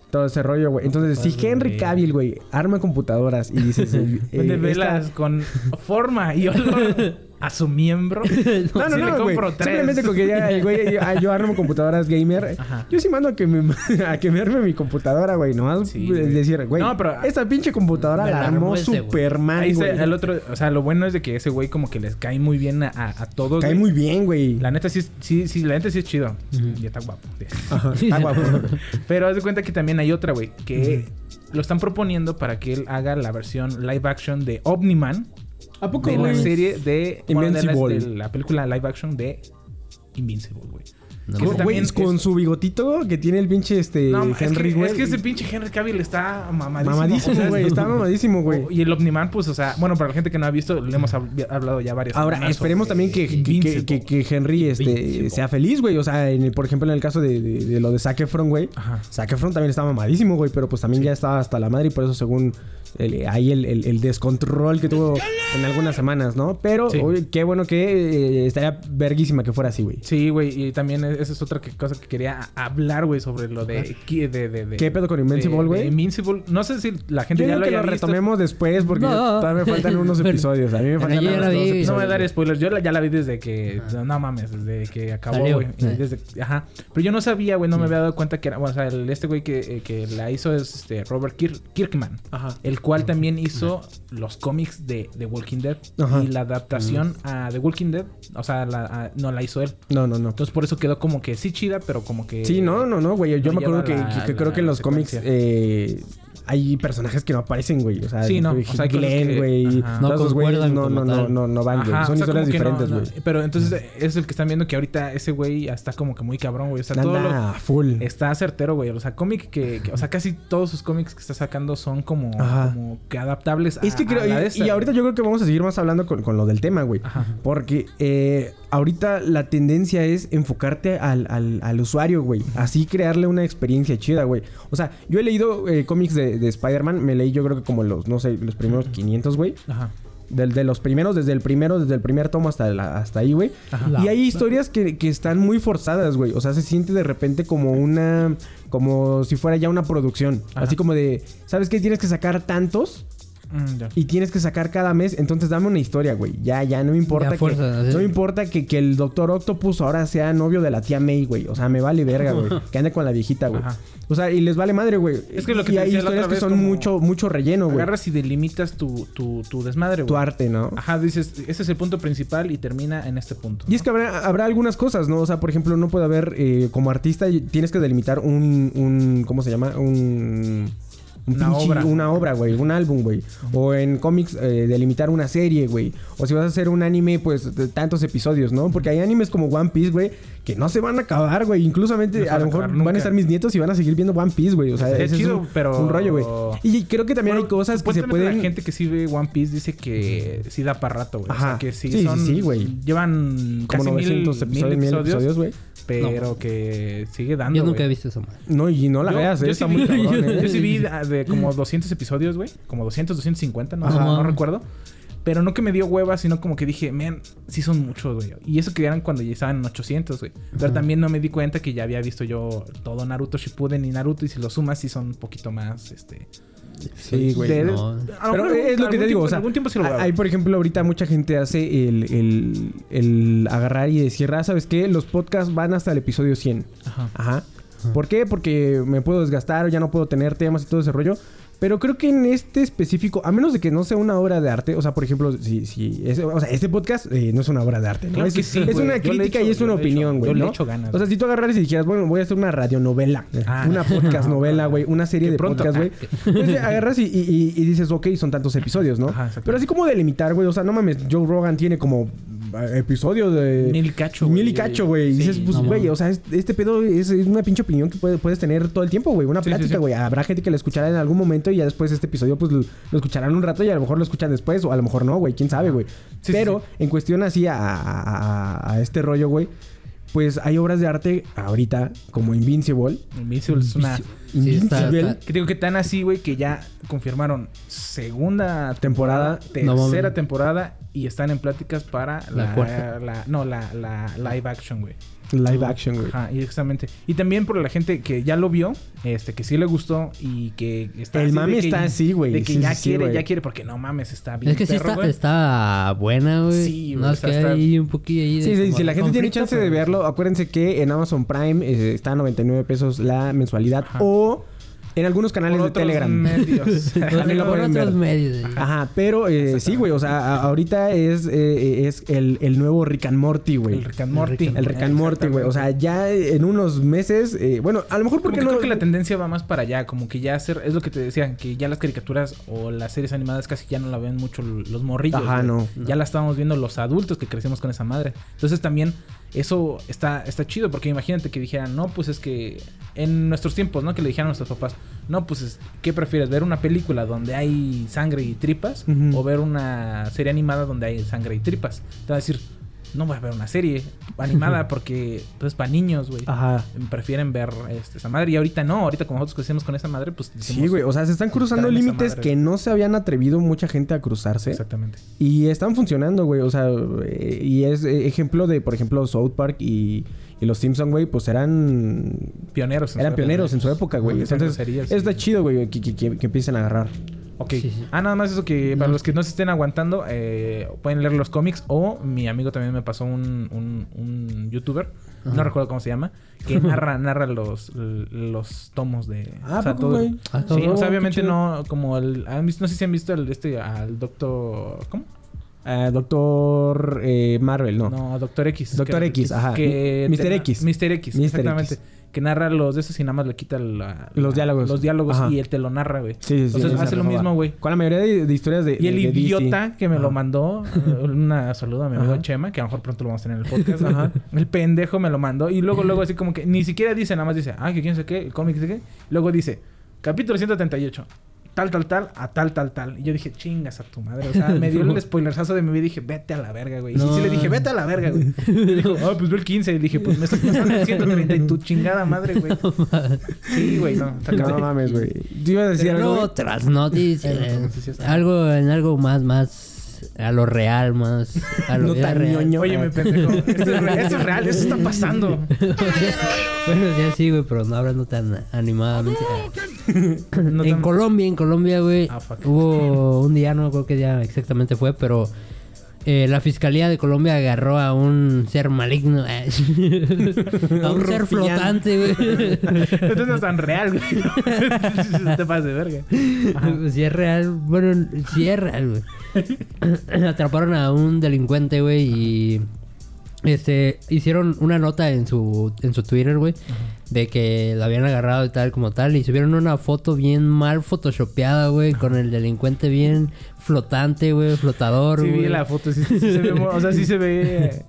Todo ese rollo, güey. Entonces, si Henry Cavill, güey, arma computadoras y dices, eh, [LAUGHS] Vende esta- velas con forma y olor a su miembro. [LAUGHS] No, no, Si le no, güey. compro tres. Simplemente con que ya, el güey, yo, ah, yo armo computadoras gamer. Ajá. Yo sí mando a que me, [LAUGHS] a que me arme mi computadora, güey. Nomás Sí, eh, güey. decir, güey, No, pero- esta pinche computadora Me la la armó armó ese, güey. Superman, Ahí está güey. el otro, o sea, lo bueno es de que ese güey como que les cae muy bien a, a todos. Cae güey. muy bien, güey. La neta sí, es- sí, sí, la neta sí es chido. Y está guapo. [LAUGHS] Está [LAUGHS] guapo. Pero haz de cuenta que también hay otra, güey, que lo están proponiendo para que él haga la versión live action de Omniman ¿A poco, de la güey? serie de, bueno, de la- Invincible. de la, película live action de Invincible, güey. No, Que ese mames. Güey, también con es- su bigotito que tiene el pinche este No, es Henry, que, güey. es que ese pinche Henry Cavill está mamadísimo. O Mamadísimo, sea, güey. [LAUGHS] Está mamadísimo, güey. Y el Omniman, pues, o sea, bueno, para la gente que no ha visto, le hemos hab- hablado ya varias Ahora, semanas esperemos sobre también que, que- que, Invincible. que- que Henry este, Invincible. sea feliz, güey. O sea, en el- por ejemplo, en el caso de, de- de lo de Zac Efron, güey. Ajá. Zac Efron también estaba mamadísimo, güey. Pero pues también ya estaba hasta la madre. Y por eso, según el- ahí el, el- el descontrol que tuvo en algunas semanas, ¿no? Pero Sí. oye, qué bueno que eh, estaría verguísima que fuera así, güey. Sí, güey, y también e- esa es otra que- cosa que quería a- hablar, güey, sobre lo de, qui- de, de, de- ¿Qué pedo con Invincible, de- güey? de Invincible, no sé si la gente Yo ya digo lo que haya lo visto. retomemos después porque No. todavía me [LAUGHS] faltan unos Pero- episodios. A mí me pero faltan yo ya unos la dos vi. episodios. No voy a dar spoilers, yo la- ya la vi desde que no mames, desde que acabó, Salió. güey. Sí. Desde- ajá. Pero yo no sabía, güey, no me había dado cuenta que era, bueno, o sea, el- este güey que, eh, que la hizo es este Robert Kir- Kirkman, el cual también hizo los cómics de The Walking Dead Ajá. y la adaptación Mm. a The Walking Dead, o sea, la- a- no la hizo él. No, no, no. Entonces por eso quedó como que sí chida, pero como que Sí, no, no, no, güey. Yo no me acuerdo que, lleva la- que- que creo la que en los cómics secuencia. eh, hay personajes que no aparecen, güey. O sea, Sí, no, güey, o sea, hay cosas Glenn, que- güey. ajá. No todos esos güeyes concuerdan no, como no, no, tal. no, no van, güey. Ajá, Son o sea, como historias que no, diferentes, no. güey. Mm. Pero entonces eh, es el que están viendo que ahorita ese güey ya está como que muy cabrón, güey. O sea, todo lo- Anda full. está certero, güey. O sea, cómic que, que- O sea, casi todos sus cómics que está sacando son como, Ajá. como que adaptables a. Es que creo, a Ah, la de y, esta, y ahorita güey. yo creo que vamos a seguir más hablando con, con lo del tema, güey. Ajá. Porque eh, ahorita la tendencia es enfocarte al, al- al usuario, güey. Así crearle una experiencia chida, güey. O sea, yo he leído eh, cómics de, de Spider-Man. Me leí yo creo que como los, no sé, los primeros 500, güey. Ajá. Del- de los primeros, desde el primero, desde el primer tomo hasta, la- hasta ahí, güey. Ajá. Y hay historias que, que están muy forzadas, güey. O sea, se siente de repente como una. Como si fuera ya una producción. Ajá. Así como de. ¿Sabes qué? Tienes que sacar tantos Mm, ya. y tienes que sacar cada mes. Entonces dame una historia, güey. Ya, ya, no me importa. Ya, fuerza, que, así. no me importa que, que el doctor Octopus ahora sea novio de la tía May, güey. O sea, me vale verga, [LAUGHS] güey. Que ande con la viejita, güey. Ajá. O sea, y les vale madre, güey. Es que lo que y te hay decía la historias otra que vez, son como- mucho, mucho relleno, güey. Agarras y delimitas tu, tu, tu desmadre, güey. Tu arte, ¿no? Ajá, dices, ese es el punto principal y termina en este punto. Y es que habrá, habrá algunas cosas, ¿no? O sea, por ejemplo, no puede haber, eh, como artista, y- tienes que delimitar un, un ¿cómo se llama? Un... un Una obra. Una obra, güey. Un álbum, güey. O en cómics, eh, delimitar una serie, güey. O si vas a hacer un anime, pues, de tantos episodios, ¿no? Porque hay animes como One Piece, güey, que no se van a acabar, güey. Inclusamente, No se a van lo a mejor acabar van nunca. a estar mis nietos y van a seguir viendo One Piece, güey. O sea, Estaría ese es chido, un, pero- un rollo, güey. Y creo que también Bueno, hay cosas que se supuestamente pueden... La gente que sí ve One Piece dice que sí da para rato, güey. O sea, Ajá. que sí, Sí, sí, son... sí, güey. Llevan como casi mil, 900 episodios, mil mil episodios, episodios, güey. pero que sigue dando, Yo nunca he güey. visto esa madre. No, y no la veas, eh, yo, sí está vi, muy cabrón, eh. [LAUGHS] yo sí vi ah, de como 200 episodios, güey. Como 200, 250, no, Ajá. no recuerdo. Pero no que me dio hueva, sino como que dije, man, sí son muchos, güey. Y eso que eran cuando ya estaban en 800, güey. Pero también no me di cuenta que ya había visto yo todo Naruto Shippuden y Naruto. Y si lo sumas, sí son un poquito más, este... Sí, güey. de- no. a lo Pero mejor es lo que algún te digo, tiempo- o sea, algún tiempo sí lo voy a ver. ahí por ejemplo ahorita mucha gente hace el, el, el agarrar y decir, "Ah, ¿sabes qué? Los podcasts van hasta el episodio 100. Ajá. Ajá. ¿Por qué? Porque me puedo desgastar, ya no puedo tener temas y todo ese rollo. Pero creo que en este específico, a menos de que no sea una obra de arte, o sea, por ejemplo, si, si es- o sea, este podcast eh, no es una obra de arte, ¿no? Claro es que sí, es güey. una Yo le crítica echo- y es una yo le echo- opinión, güey. yo le ¿no? echo ganas, O sea, güey. si tú agarraras y dijeras, bueno, voy a hacer una radionovela, Ah. una podcast novela, güey, una serie Que de pronto. podcast, güey. Pues, eh, agarras y, y- y- y dices, ok, son tantos episodios, ¿no? Ajá, exactamente. Pero así como delimitar, güey, o sea, no mames, Joe Rogan tiene como eh, episodios de... Mil y cacho, Mil y güey. cacho, güey. Y Sí, dices, pues, no güey, mames. o sea, es- este pedo es, es una pinche opinión que puede- puedes tener todo el tiempo, güey. Una Sí, sí, plática, sí. güey. Habrá gente que la escuchará en algún momento y ya después este episodio, pues, lo, lo escucharán un rato y a lo mejor lo escuchan después o a lo mejor no, güey. ¿Quién sabe, güey? Sí, Pero sí, en cuestión así a, a- a- a este rollo, güey, pues hay obras de arte ahorita como Invincible. Invincible es una... Sí, está- Invincible. está- Que digo que tan así, güey, que ya confirmaron segunda temporada, tercera No mames. temporada y están en pláticas para La la, cuarta. la- no, la, la live action, güey. Live action, güey. Ajá, y exactamente. Y también por la gente que ya lo vio, este, que sí le gustó y que está El así de mame que- está así, güey. De que Sí, ya sí, sí, quiere, güey. ya quiere, porque no mames, está bien. Es que sí perro, está, güey. está buena, güey. Sí, güey, No, o es sea, que está- hay un poquillo ahí. de Sí, sí, como si la gente tiene conflicto, chance pero- de verlo, acuérdense que en Amazon Prime eh, está a 99 pesos la mensualidad o en algunos Por canales de otros [LAUGHS] Telegram. [LAUGHS] medios. Por, [LAUGHS] También lo por pueden ver. otros medios. güey. [LAUGHS] Ajá, pero eh, sí, güey, o sea, a- ahorita es, eh, es el, el nuevo Rick and Morty, güey. el Rick and Morty. El Rick and Morty, güey. O sea, ya en unos meses, eh, bueno, a lo mejor Porque porque no... creo que la tendencia va más para allá, como que ya hacer, es lo que te decían, que ya las caricaturas o las series animadas casi ya no la ven mucho l- los morrillos. Ajá, güey. no. Ya la estábamos viendo los adultos que crecimos con esa madre. Entonces también eso está, está chido, porque imagínate que dijeran, no, pues es que en nuestros tiempos, ¿no? Que le dijeran a nuestros papás, no, pues es- ¿qué prefieres? ¿Ver una película donde hay sangre y tripas? Ujú. ¿O ver una serie animada donde hay sangre y tripas? Te van a decir, no voy a ver una serie [LAUGHS] animada porque pues, es para niños, güey Ajá. prefieren ver este, esa madre. Y ahorita no, ahorita como nosotros crecimos con esa madre, pues Sí, decimos- güey. O sea, se están cruzando Traen esa límites madre. que no se habían atrevido mucha gente a cruzarse. Exactamente. Y están funcionando, güey. O sea, eh, y es eh, ejemplo de, por ejemplo, South Park y, y los Simpson, güey, pues eran. Pioneros. en Eran su- pioneros en su época, güey. Porque son Entonces, groserías, está sí. chido, güey, que, que- que- que empiecen a agarrar. Ok. Sí, sí. Ah, nada más eso que para No. los que no se estén aguantando, eh, pueden leer los cómics. O mi amigo también me pasó un, un, un youtuber, Ajá. no recuerdo cómo se llama, [LAUGHS] que narra, narra los, los tomos de. Ah, o sea, ¿poco, todo- güey? Ah, Sí, cabrón, o sea, qué obviamente chido. no, como el. ¿han visto- No sé si han visto al, este, al doctor. ¿Cómo? Ah, Doctor eh, Marvel, no. No, Doctor X. Doctor Que- X, ajá. Que Mr. te- X. Mr. X, Mr. exactamente. X. Que narra los de esos y nada más le quita la- Los la- diálogos. Los diálogos Ajá. y él te lo narra, güey. Sí, sí, sí. Entonces esa hace lo razón mismo, va. güey. Con la mayoría de, de historias de. Y el de- de DC. idiota que me lo Ajá. mandó, eh, una saludo a mi amigo Ajá. Chema, que a lo mejor pronto lo vamos a tener en el podcast. El pendejo me lo mandó y luego, luego así como que ni siquiera dice, nada más dice, ah, que quién sé qué, el cómic, sé qué. Luego dice, capítulo 138, tal, tal, tal, a tal, tal, tal. Y yo dije, chingas a tu madre. O sea, me [LAUGHS] dio el spoilersazo de mi vida y dije, vete a la verga, güey. Y sí, No. sí le dije, vete a la verga, güey. Y dijo, ah, pues ve el 15. Y dije, pues me estás pasando el 130 y tu chingada madre, [LAUGHS] güey. Sí, güey, no. está [LAUGHS] No cabrón. mames, güey. Yo iba a decir Pero algo. güey. otras noticias. Otras noticias. algo en algo más, más a lo real, más a [LAUGHS] lo No vida tan real. ñoño. Oye, me [LAUGHS] pendejo. Esto es, re- esto es real, esto está pasando. [LAUGHS] O sea, bueno, ya sí, güey, pero no hablando tan animadamente. No en tan- Colombia, en Colombia, güey, Ah, fuck. hubo un día, no me acuerdo qué día exactamente fue, pero eh, la fiscalía de Colombia agarró a un ser maligno, [LAUGHS] eh, a un ser rufián. flotante, güey. [LAUGHS] [LAUGHS] Entonces no es tan real, [LAUGHS] güey. No te pases de verga. Si Pues es real, bueno, si es real, [LAUGHS] güey. Atraparon a un delincuente, güey, y este hicieron una nota en su en su Twitter, güey, de que la habían agarrado y tal como tal. Y subieron una foto bien mal photoshopeada, güey, con el delincuente bien flotante, güey, flotador, Sí, güey. vi la foto, sí, sí, sí se ve, mo- o sea, sí se [LAUGHS] ve.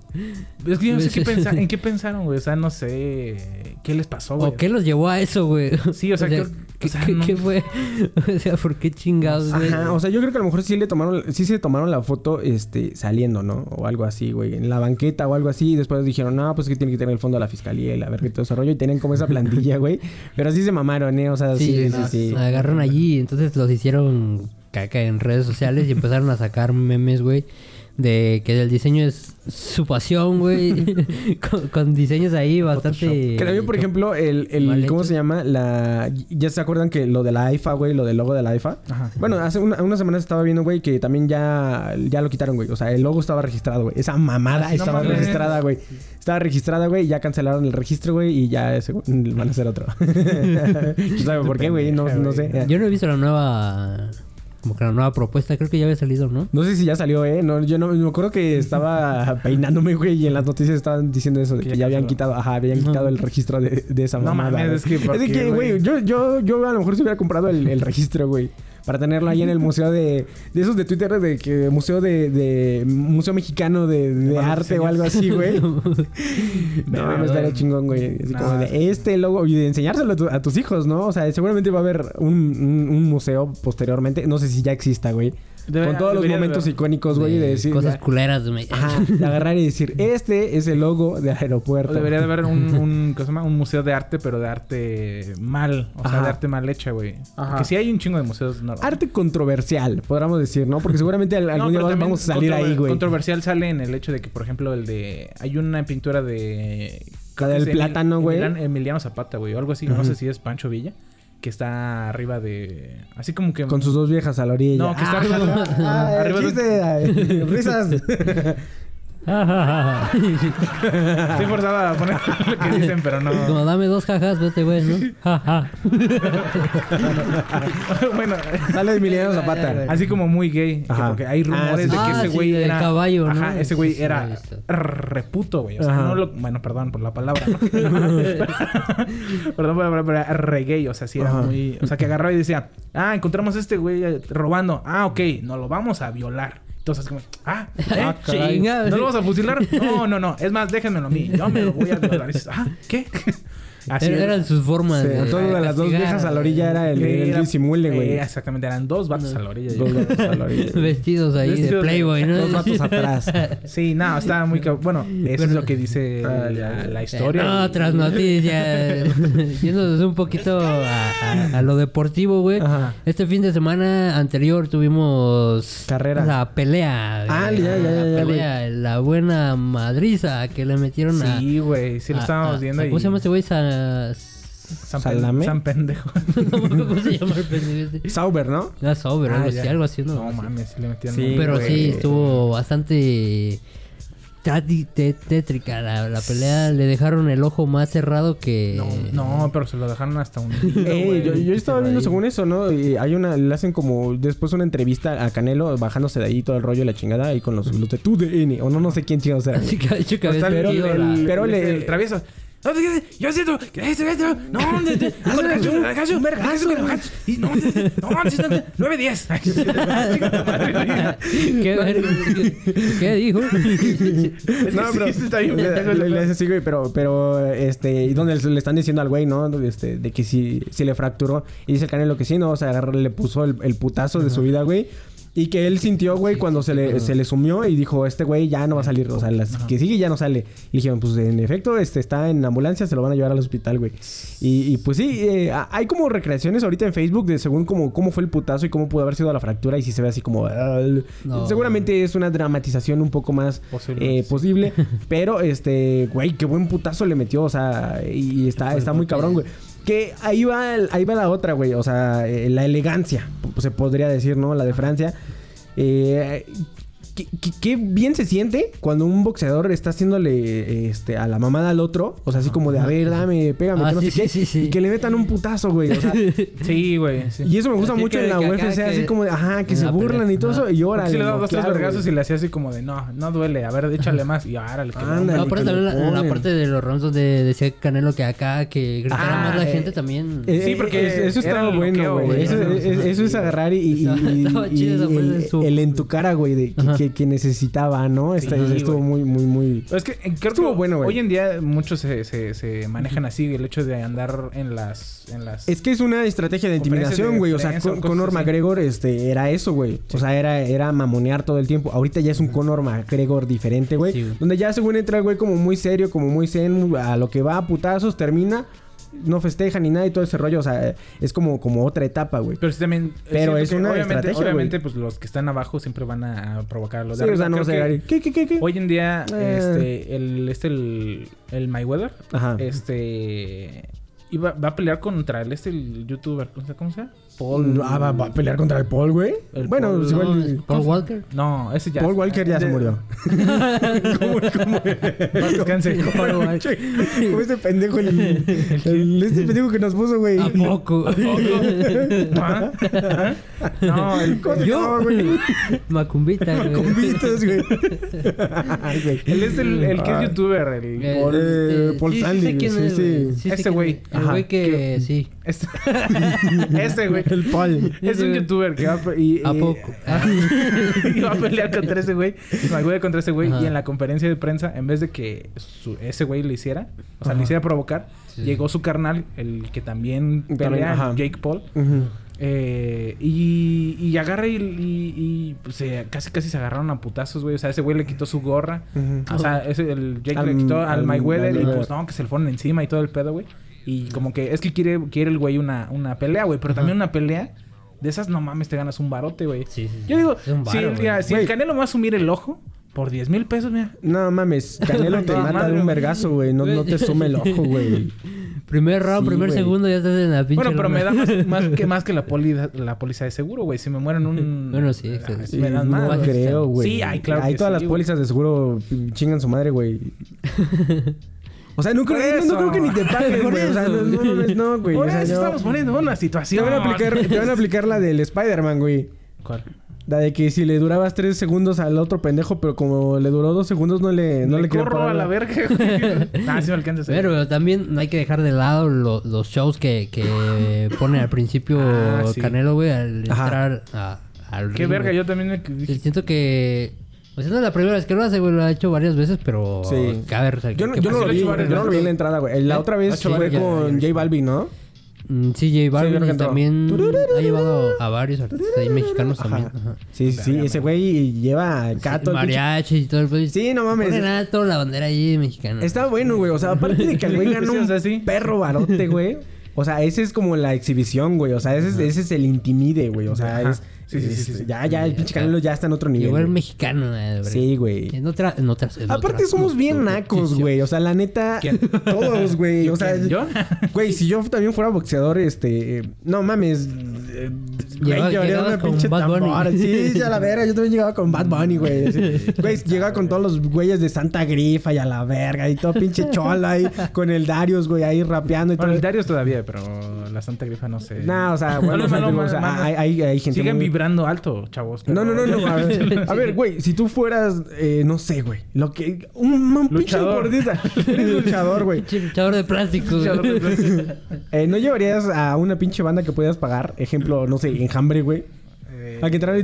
Es que yo no sé qué pensa- en qué pensaron, güey. O sea, no sé qué les pasó, güey. ¿O qué los llevó a eso, güey? Sí, o [LAUGHS] sea, creo- ¿qué, o sea, qué- no- qué fue? [LAUGHS] O sea, ¿por qué chingados, güey? Ajá, o sea, yo creo que a lo mejor sí le tomaron, sí se tomaron la foto, este, saliendo, ¿no? O algo así, güey, en la banqueta o algo así. Y después dijeron, no, pues que tiene que tener el fondo a la fiscalía y la verga y todo ese rollo. Y tenían como esa plantilla, [LAUGHS] güey. Pero sí se mamaron, ¿eh? O sea, sí, sí, sí. no, Agarran allí, entonces los hicieron caca en redes sociales y empezaron a sacar memes, güey. De que el diseño es su [LAUGHS] pasión, güey. [LAUGHS] con, con diseños ahí bastante. Que también, por ejemplo, el, el- Mal ¿cómo hecho. se llama? La ya se acuerdan que lo de la AIFA, güey, lo del logo de la AIFA. Bueno, hace una, unas semanas estaba viendo, güey, que también ya, ya lo quitaron, güey. O sea, el logo estaba registrado, güey. Esa mamada Ah, sí, no estaba mames. registrada, güey. Estaba registrada, güey, y ya cancelaron el registro, güey, y ya ese- van a hacer otro. [LAUGHS] ¿Tú sabes por qué, güey? No, no sé. Yo no he visto la nueva. Como que la nueva propuesta, creo que ya había salido, ¿no? No sé si ya salió, ¿eh? No, yo no me acuerdo [LAUGHS] que estaba peinándome, güey, y en las noticias estaban diciendo eso, de que, ya, habían quitado, ajá, habían quitado el registro de, de esa No mamada. mames, güey. es que, ¿por de qué, que, güey, güey? yo, yo, yo a lo mejor se hubiera comprado el, el registro, güey. Para tenerlo ahí en el museo de... De esos de Twitter, de que... Museo de... de museo mexicano de, de malos arte diseños. o algo así, güey. [LAUGHS] no, güey. me estaría chingón, güey. Así No, como de, sí. este logo y de enseñárselo a, tu- a tus hijos, ¿no? O sea, seguramente va a haber un, un- un museo posteriormente. No sé si ya exista, güey. Debe- con todos los debería de momentos haber. icónicos, güey, de De decir. Cosas ya- culeras, güey. [LAUGHS] Ajá, de agarrar y [LAUGHS] decir, este es el logo del O aeropuerto. debería de haber un, un, ¿cómo se llama? un museo de arte, pero de arte mal. O sea, Ajá. de arte mal hecha, güey. Ajá. Que sí hay un chingo de museos. No, Arte controversial, podríamos decir, ¿no? Porque seguramente al- No, algún pero día también vamos a salir controver- ahí, güey. Controversial sale en el hecho de que, por ejemplo, el de. Hay una pintura de. creo que del es de Emil- plátano, güey. Emiliano- Emiliano Zapata, güey, o algo así. No sé si es Pancho Villa. Que está arriba de. Así como que. Con sus dos viejas a la orilla. No, que está arriba de- Ah, [LAUGHS] arriba de- chiste, [LAUGHS] ay, risas. Estoy forzada a poner [LAUGHS] lo que dicen, pero no. [LAUGHS] Como dame dos jajas, vete, güey, ¿no? [LAUGHS] Jaja. bueno, Sale Emiliano Zapata. así como muy gay. que Ajá. porque hay Ah, sí, rumores de sí. que Ah, ese güey sí, el era. caballo, ¿no? Ajá, ese güey Sí, sí, lo he era visto. reputo, güey. O sea, Ajá. no lo. Bueno, perdón por la palabra. ¿no? [LAUGHS] perdón por la palabra, pero era re gay. O sea, sí era Ajá. muy. O sea, que agarraba y decía, ah, encontramos a este güey eh, robando. Ah, ok, no lo vamos a violar. Entonces, como, [LAUGHS] ah, Ah, eh, caray. [LAUGHS] chinga. ¿no lo vamos a fusilar? No, no, no. Es más, déjenmelo a mí. Yo me lo voy a violar. Y dices, ah, ¿qué? [LAUGHS] Era- es. eran sus formas. Sí, de- todo de las dos castigar, viejas a la güey. orilla era el, Sí, el era- disimule, güey. Eh, exactamente, eran dos vatos a la orilla. Dos vatos a la [LAUGHS] orilla. Vestidos ahí de Vestidos de- Playboy, ¿no? Dos [LAUGHS] vatos atrás. [LAUGHS] Sí, no, estaba muy... cab- Bueno, eso es lo que dice Ah, la, ya. la historia. No, otras noticias. Yéndonos un poquito a, a- a lo deportivo, güey. Ajá. Este fin de semana anterior tuvimos... Carrera. La pelea. Ah, güey. ya, ya, ya, La ya, pelea. La buena madriza que le metieron a... Sí, güey, sí lo a- estábamos a- viendo. a- Ah, ¿Cómo y- se llama este güey? Sa- [LAUGHS] San, Pen- ¿Salame? San Pendejo. ¿Cómo se llama el [LAUGHS] pendejo? Sauber, ¿no? Era sobre, Ah, algo ya. así, algo así, ¿no? No mames, sí le metieron... Sí, Pero güey. sí, estuvo bastante tati- te- tétrica la, la pelea. Le dejaron el ojo más cerrado que... No, [LAUGHS] no, pero se lo dejaron hasta un... [LAUGHS] Eh, güey. yo, yo estaba viendo ahí. según eso, ¿no? Y hay una, le hacen como después una entrevista a Canelo bajándose de ahí todo el rollo de la chingada y con los, los de tu DN, o no, no sé quién chingados era. Así que ha dicho que había Pues Hasta el- sentido el- la- el- pero el- le- el travieso. No, te- te- Yo siento que este, este, no, te- [LAUGHS] te- hazle cacho, hazle cacho, hazle cacho, hazle cacho, y no, te- te- no, te- te- te- nueve, diez. [LAUGHS] Ay, chinga tu madre. [LAUGHS] [LAUGHS] ¿Qué, verga? Pues ¿Qué dijo? [LAUGHS] No, sí, pero sí, está bien, le- pendejo, le- el- le hace así, güey, pero, pero, este, y donde le están diciendo al güey, ¿no? Este, de que si, si le fracturó. Y dice el Canelo que sí, ¿no? O sea, agarra- le puso el, el putazo de su vida, güey. Y que él sintió, güey, cuando se, le, se le sumió y dijo, este güey ya no va a salir. O sea, las que sigue ya no sale. Y dijeron, pues en efecto, este está en ambulancia, se lo van a llevar al hospital, güey. Y, y, pues sí, eh, a- hay como recreaciones ahorita en Facebook de según cómo, cómo fue el putazo y cómo pudo haber sido la fractura. Y si se ve así como... "Ah". No. Seguramente es una dramatización un poco más Posible, eh, sí. [LAUGHS] posible. Pero, este, güey, qué buen putazo le metió. O sea, y está, está muy cabrón, güey. Que ahí va, el- ahí va la otra, güey. O pues, sea, eh, la elegancia, p- se podría decir, ¿no? La de Francia. Eh, ¿Qué, qué- qué bien se siente cuando un boxeador está haciéndole este, a la mamada al otro. O sea, así como de, a ver, dame, pégame, Ah, que no sí, sé qué. sí, sí, sí. Y que le metan un putazo, güey. [LAUGHS] O sea, Sí, güey. sí. y eso me gusta Así mucho que en la de que acá UFC, así que- como de, ajá, que en se la burlan pelea, y todo ajá. eso. Y Porque órale. sí le daba dos, tres claro, vergazos y güey. le hacía así como de, no, no duele. A ver, échale más. Y árale, que le Ándale. No, que aparte le también la, la ponen. parte de los ronzos de decía Canelo que acá que gritara Ah, más la eh, gente también. Eh, Sí, eh, porque eh, eso era está el bueno, bloqueo, güey. güey. Eso, Ajá, es- es- ajá. eso es agarrar y, y- Estaba- y- estaba y- chido esa y fuerza el, de su- el en tu cara, güey, de que, Ajá. que- que necesitaba, ¿no? Está- Sí, estuvo güey. muy, muy, muy. Es que eh, creo Estuvo que bueno, güey. hoy en día muchos se, se, se manejan así, el hecho de andar en las... En las Es que es una estrategia de Conferencias intimidación, de güey. O sea, prensa o Con- cosas Conor así. McGregor este, era eso, güey. O sea, era, era mamonear todo el tiempo. Ahorita ya es un Conor McGregor diferente, güey. Sí, güey. donde ya según entra el güey como muy serio, como muy zen, muy- a lo que va a putazos, termina, no festeja ni nada y todo ese rollo. O sea, es como, como otra etapa, güey. pero sí también... eh, Pero siento es que una obviamente, estrategia, güey. Obviamente, pues los que están abajo siempre van a a provocar a los Sí, de o arriba. sea, no Creo sé, que Gary, ¿Qué, qué, qué, qué? Hoy en día, Eh. este, el, este, el, el Mayweather, Ajá. este, iba, va a pelear contra el, este, el youtuber, ¿cómo se- cómo se llama? Paul. Ah, va, va a pelear contra el Paul, güey. El Bueno, Paul, pues No, igual. es Paul Walker. No, ese ya. Paul Walker ya se murió. ¿Cómo, [LAUGHS] cómo, Paz [LAUGHS] descanse. [LAUGHS] Paul Walker. cómo este [LAUGHS] pendejo el, el- este pendejo que nos puso, güey? [LAUGHS] ¿A poco? ¿Ah? ¿Ah? No, el, ¿Cómo se [LAUGHS] ¿Yo? llamaba, güey? [LAUGHS] Macumbita, güey. Compitas, [LAUGHS] güey. Ay, güey. él es el, el que es Ah. youtuber, el... Eh, Paul, este, eh, Paul sí, sí sé Stanley, quién sí, es, sí. güey. Sí sé Ese quién güey. es. El güey que sí. [LAUGHS] Este, ese güey. El Paul. Es un youtuber que va a, y, ¿A y- [LAUGHS] Ah. poco? y va a pelear contra ese güey. Mayweather contra ese güey. Ajá. Y en la conferencia de prensa, en vez de que su- ese güey le hiciera, o sea, le hiciera provocar, Sí. llegó su carnal, el que también pelea, También, ajá. Jake Paul. Ujú. eh, y, y agarra y, y- y, pues, se- casi casi se agarraron a putazos, güey. O sea, ese güey le quitó su gorra. Ujú. O sea, ese, el Jake Al- le quitó al, al Mayweather y Mayweather. pues no, que se le fueron encima y todo el pedo, güey. Y como que es que quiere, quiere el güey una, una pelea, güey. Pero también una pelea de esas, no mames, te ganas un barote, güey. Sí, sí, sí. Yo digo, Es un si, varo, el- güey. mira, si el Güey. Canelo me va a asumir el ojo por 10 mil pesos, mira. No mames, [LAUGHS] Canelo te No, mata madre, de un güey. vergazo, güey. No, no te sume el ojo, güey. Primer round, Sí, primer güey. segundo, ya estás en la pinche. Bueno, pero me da lona. más, [LAUGHS] más que, más que la, poli, la póliza de seguro, güey. Si me mueren un... Bueno, sí, Ah, sí, [LAUGHS] sí me dan más. no güey. creo, güey. Sí, ay, claro Ahí que todas sí, las güey. pólizas de seguro chingan su madre, güey. [LAUGHS] O sea, no Por creo, eso. no creo que ni te paguen, Por güey. O sea, eso. no, no, no, no, güey. Por O sea, eso no. estamos poniendo una Te situación. van, a aplicar, te [LAUGHS] van a aplicar la del Spider-Man, güey. ¿Cuál? La de que si le durabas tres segundos al otro pendejo, pero como le duró dos segundos, no le, no le, querían corro parar a la [LAUGHS] verga, güey. Ah, sí me alcanza. sí. Pero también no hay que dejar de lado lo- los shows que, que [LAUGHS] pone al principio Ah, sí. Canelo, güey, al Ajá. entrar a- al Qué ring, verga, güey. yo también me Sí, dije. Siento que... O sea, no es la primera vez que lo hace, güey. Lo ha hecho varias veces, pero... Sí. Oh, Cabe resaltar Yo no, que pues yo no pasó. lo vi, Ocho varias yo no lo vi en la entrada, güey. La ¿Eh? otra vez Ocho fue varias, con ya, ya. J Balvin, ¿no? Mm, Sí, J Sí, yo creo Balvin que y entró. también ha llevado a varios artistas ahí mexicanos también. Ajá. Sí, sí, sí. Ese güey lleva acá todo el pinche- Mariachi y todo el... país. Sí, no mames. Ponen alto la bandera ahí mexicana. Está bueno, güey. O sea, aparte de que el güey gana Sí, o un sea, sí. perro barote, güey. O sea, ese es como la exhibición, güey. O sea, ese, es- ese es el intimide, güey. O sea, Ajá. es... Sí, sí, sí, es- sí. Ya, ya, el pinche Acá. Canelo ya está en otro nivel. Llegó el güey. mexicano. eh, de verdad. Sí, güey. En otra... En otras, en Aparte otras somos bien culturas. nacos, Sí, sí. güey. O sea, la neta, todos, güey. O sea, ¿Quién, yo? güey, si yo también fuera boxeador, este, eh, no mames, eh, güey, Llegabas- yo haría llegabas una con pinche Bad Bunny. tambor. Sí, ya la verga, yo también llegaba con Bad Bunny, güey. así. Güey, llegaba con todos los güeyes de Santa Grifa y a la verga y todo pinche chola ahí con el Darius, güey, ahí rapeando y todo. Bueno, el Darius todavía, pero la Santa Grifa no sé. No, [LAUGHS] o sea, bueno, No, o sea, no, digo, no, o sea, mano. hay, hay- hay gente Sigan muy- vibrando alto, chavos. pero- No, no, no, no. A [LAUGHS] [LAUGHS] ver, a ver, güey, si tú fueras, eh, no sé, güey, lo que. Un, un pinche Luchador. gordita. Eres luchador, güey. Pinche luchador de plástico. güey. Luchador de plástico. Eh, ¿No llevarías a una pinche banda que pudieras pagar? Ejemplo, no sé, enjambre, güey. Eh, A que entrar y...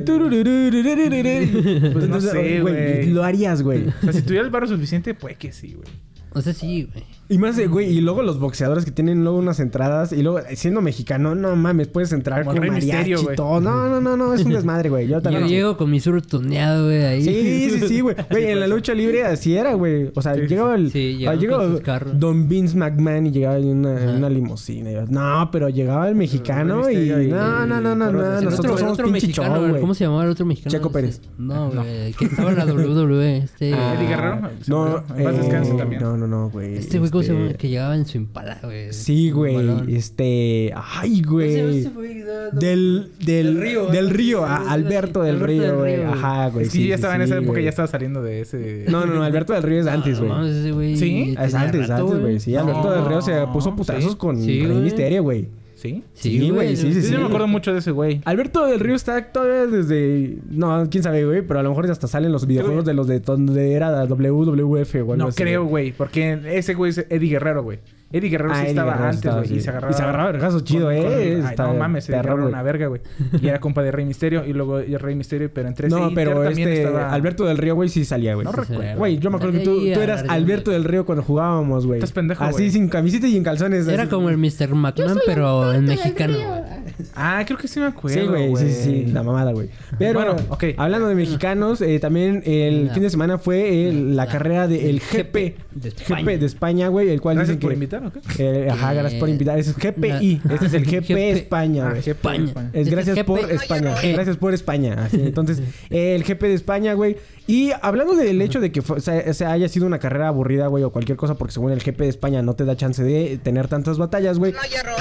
turururururururu. Pues no sé, güey. Lo harías, güey. O sea, si tuviera el barro suficiente, pues que sí, güey. O sea, sí, güey. Y más, eh, güey, y luego los boxeadores que tienen luego unas entradas y luego, eh, siendo mexicano, no mames, puedes entrar Como el con Rey mariachi Misterio, y güey. todo. No, no, no, no, es un desmadre, güey. Yo Yo también. llego con mi sur tuneado, güey, ahí. Sí, sí, sí, güey. Güey, en la lucha libre así era, güey. O sea, llegaba el. Sí, ah, llegaban llegaba con sus carros. Don Vince McMahon y llegaba en una, en Ajá. una limusina. Y yo, no, pero llegaba el mexicano Rey y. Misterio y- No, no, no, no, Carlos no. de- [LAUGHS] El Nosotros otro, el somos otro pinche mexicano, show, güey, ¿cómo güey. se llamaba el otro mexicano? Checo No sé. Pérez. No, güey, que estaba en la WWE, este... Eddie Guerrero. No, En paz eh, descanse también. No, no, no, güey. Este güey, ¿cómo se llama? Este, Que llegaba en su impala, güey. Sí, Balón. güey. Este. Ay, ¿Cómo se güey. llama ese güey? No, Del, no. del, Del del río, río. ¿eh? a- Sí, Alberto del Alberto del Río, güey. Río, güey. Ajá, güey. Es que yo ya estaba en esa sí, época, güey. ya estaba saliendo de ese. No, no, no, Alberto del Río es antes, güey. Ah, No, mames, ese güey. ¿Sí? es tenía antes, rato, antes, güey. Sí, No. Alberto del Río se puso putazos Sí. con Sí, Rey güey. Misterio, güey. ¿Sí? Sí, güey. sí, Sí, sí, sí, yo me acuerdo mucho de ese güey. Alberto del Río está todavía desde. No, quién sabe, güey. Pero a lo mejor hasta salen los videojuegos de los de donde era la WWF o algo No así, creo, güey, porque ese güey es Eddie Guerrero, güey. Eddie Guerrero Ah, sí Eddie estaba Guerrero antes, estaba, güey, y sí. se agarraba. Y se agarraba vergazos chido, eh, Ay, está no mames, Eddie perro, Guerrero era güey. una verga, güey. Y era compa de Rey Misterio y luego de Rey Misterio, pero entre ese No, Inter pero también este. estaba- Alberto del Río, güey, sí salía, güey. No recuerdo. Güey, yo me acuerdo que tú, Salía tú eras Alberto Alberto del Río cuando jugábamos, güey. Estás pendejo, Así güey. sin camiseta y en calzones. Era así. como el Mr. McMahon, pero en mexicano. güey. Ah, creo que sí me acuerdo, Sí, güey, sí, sí, sí, la mamada, güey. Pero, Bueno, ok. hablando de mexicanos, eh, también el La- fin de semana fue el- la la- carrera del el GP, de España. GP de España, güey, el cual Gracias dicen por que... invitar, ¿o qué? Eh, ajá, gracias por invitar. Es GPI. Nah. [LAUGHS] Este es el GP. GP España, Ah, güey. GP. España. España. Es Este gracias GP. por España. Eh, Gracias por España. [LAUGHS] Así, entonces, eh, el GP de España, güey. Y hablando del hecho de que fue- se, se haya sido una carrera aburrida, güey, o cualquier cosa, porque según el GP de España no te da chance de tener tantas batallas, güey.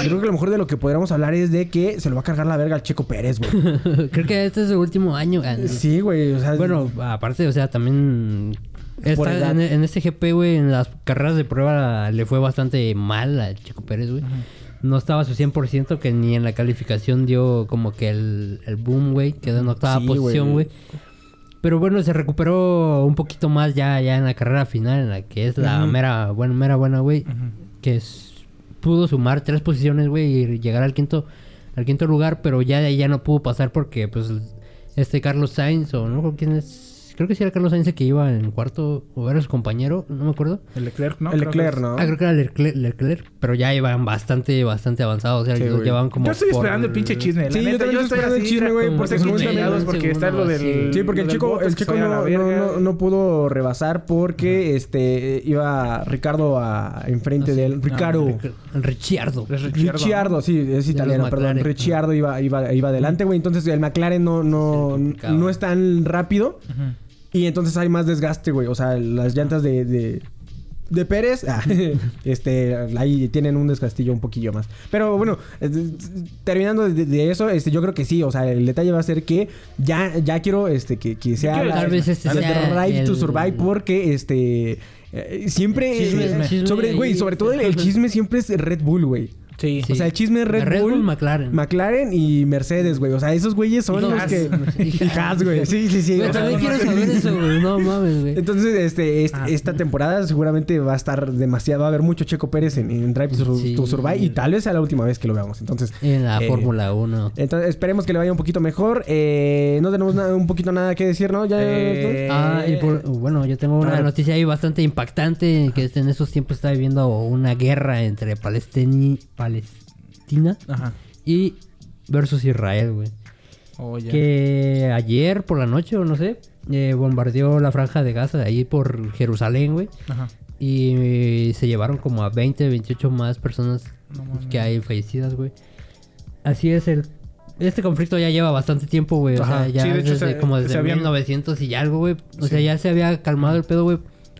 Creo que lo mejor de lo que podríamos hablar es de que se lo va a cargar la verga al Checo Pérez, güey. [LAUGHS] [LAUGHS] Creo que este es su último año. ah, no. Sí, güey. O sea, Bueno, aparte, o sea, también. Por está- edad. en, en este GP, güey, en las carreras de prueba le fue bastante mal a Chico Pérez, güey. No estaba a su 100%, que ni en la calificación dio como que el, el boom, güey. Quedó en octava Sí, posición, güey. güey. Pero bueno, se recuperó un poquito más ya, ya en la carrera final, en la que es la mera, buena, mera buena, güey. Que es- pudo sumar tres posiciones, güey, y llegar al quinto, al quinto lugar, pero ya de ahí ya no pudo pasar porque, pues, este Carlos Sainz, o no, ¿quién es? Creo que sí era Carlos Sainz el que iba en cuarto, o era su compañero, no me acuerdo. El Leclerc, ¿no? el Creo que Leclerc, es- ¿no? Ah, creo que era Leclerc, Leclerc, pero ya iban bastante, bastante avanzados, o sea, Sí, ya güey. llevaban como Yo estoy por- esperando el pinche chisme. Sí, yo neta, también estoy esperando el así chisme, güey, por porque segundos según también- peleados, porque está lo del. Sí, porque el lo del chico, Bottas el que chico se vaya a la no, no, verga. no- no pudo rebasar porque este eh, iba Ricardo a enfrente de él. Ah, Ricardo. Ric- Ricciardo. Es Ricciardo. Ricciardo, sí, es los italiano, perdón. McLaren. Ricciardo iba, iba, iba adelante, güey. Entonces el McLaren no, no, Es el complicado. no es tan rápido. Y entonces hay más desgaste, güey. O sea, las llantas de, de, de Pérez, ah, [LAUGHS] este, ahí tienen un desgastillo un poquillo más. Pero bueno, eh, terminando de, de eso, este, yo creo que sí. O sea, el detalle va a ser que ya, ya quiero este, que, que sea quiero la- tal vez este la de sea Drive to el- Survive porque este... eh, Siempre... Chisme, eh, chisme sobre, ahí. güey, sobre todo [LAUGHS] el, el chisme siempre es Red Bull, güey. Sí. Sí. O sea, el chisme es Red, Red Bull, Bull, McLaren. McLaren y Mercedes, güey. O sea, esos güeyes son los Hijas. [LAUGHS] que. Hijas. Hijas, güey. Sí, sí, sí. Güey, O sea, también quiero saber eso, güey. No mames, güey. Ah, Entonces, este, est- esta temporada seguramente va a estar demasiado. Va a haber mucho Checo Pérez en, en Drive to, Sí. to Survive y tal vez sea la última vez que lo veamos. Entonces, En la eh, Fórmula 1. Entonces, esperemos que le vaya un poquito mejor. Eh, no tenemos nada, un poquito nada que decir, ¿no? Ya. Eh, Ah. Ah, y por- bueno, yo tengo una a ver. noticia ahí bastante impactante, que en esos tiempos está viviendo una guerra entre Palestini- Palestina Ajá. y versus Israel, güey. Oh, ya. Que ayer por la noche, o no sé, eh, bombardeó la franja de Gaza, de ahí por Jerusalén, güey. Ajá. Y eh, se llevaron como a 20, 28 más personas No mames. que hay fallecidas, güey. Así es el... Este conflicto ya lleva bastante tiempo, güey. O sea, Ajá. ya Sí, de hecho, desde, se- como se desde habían- 1900 y algo, güey. O sea, ya se había calmado el pedo, güey.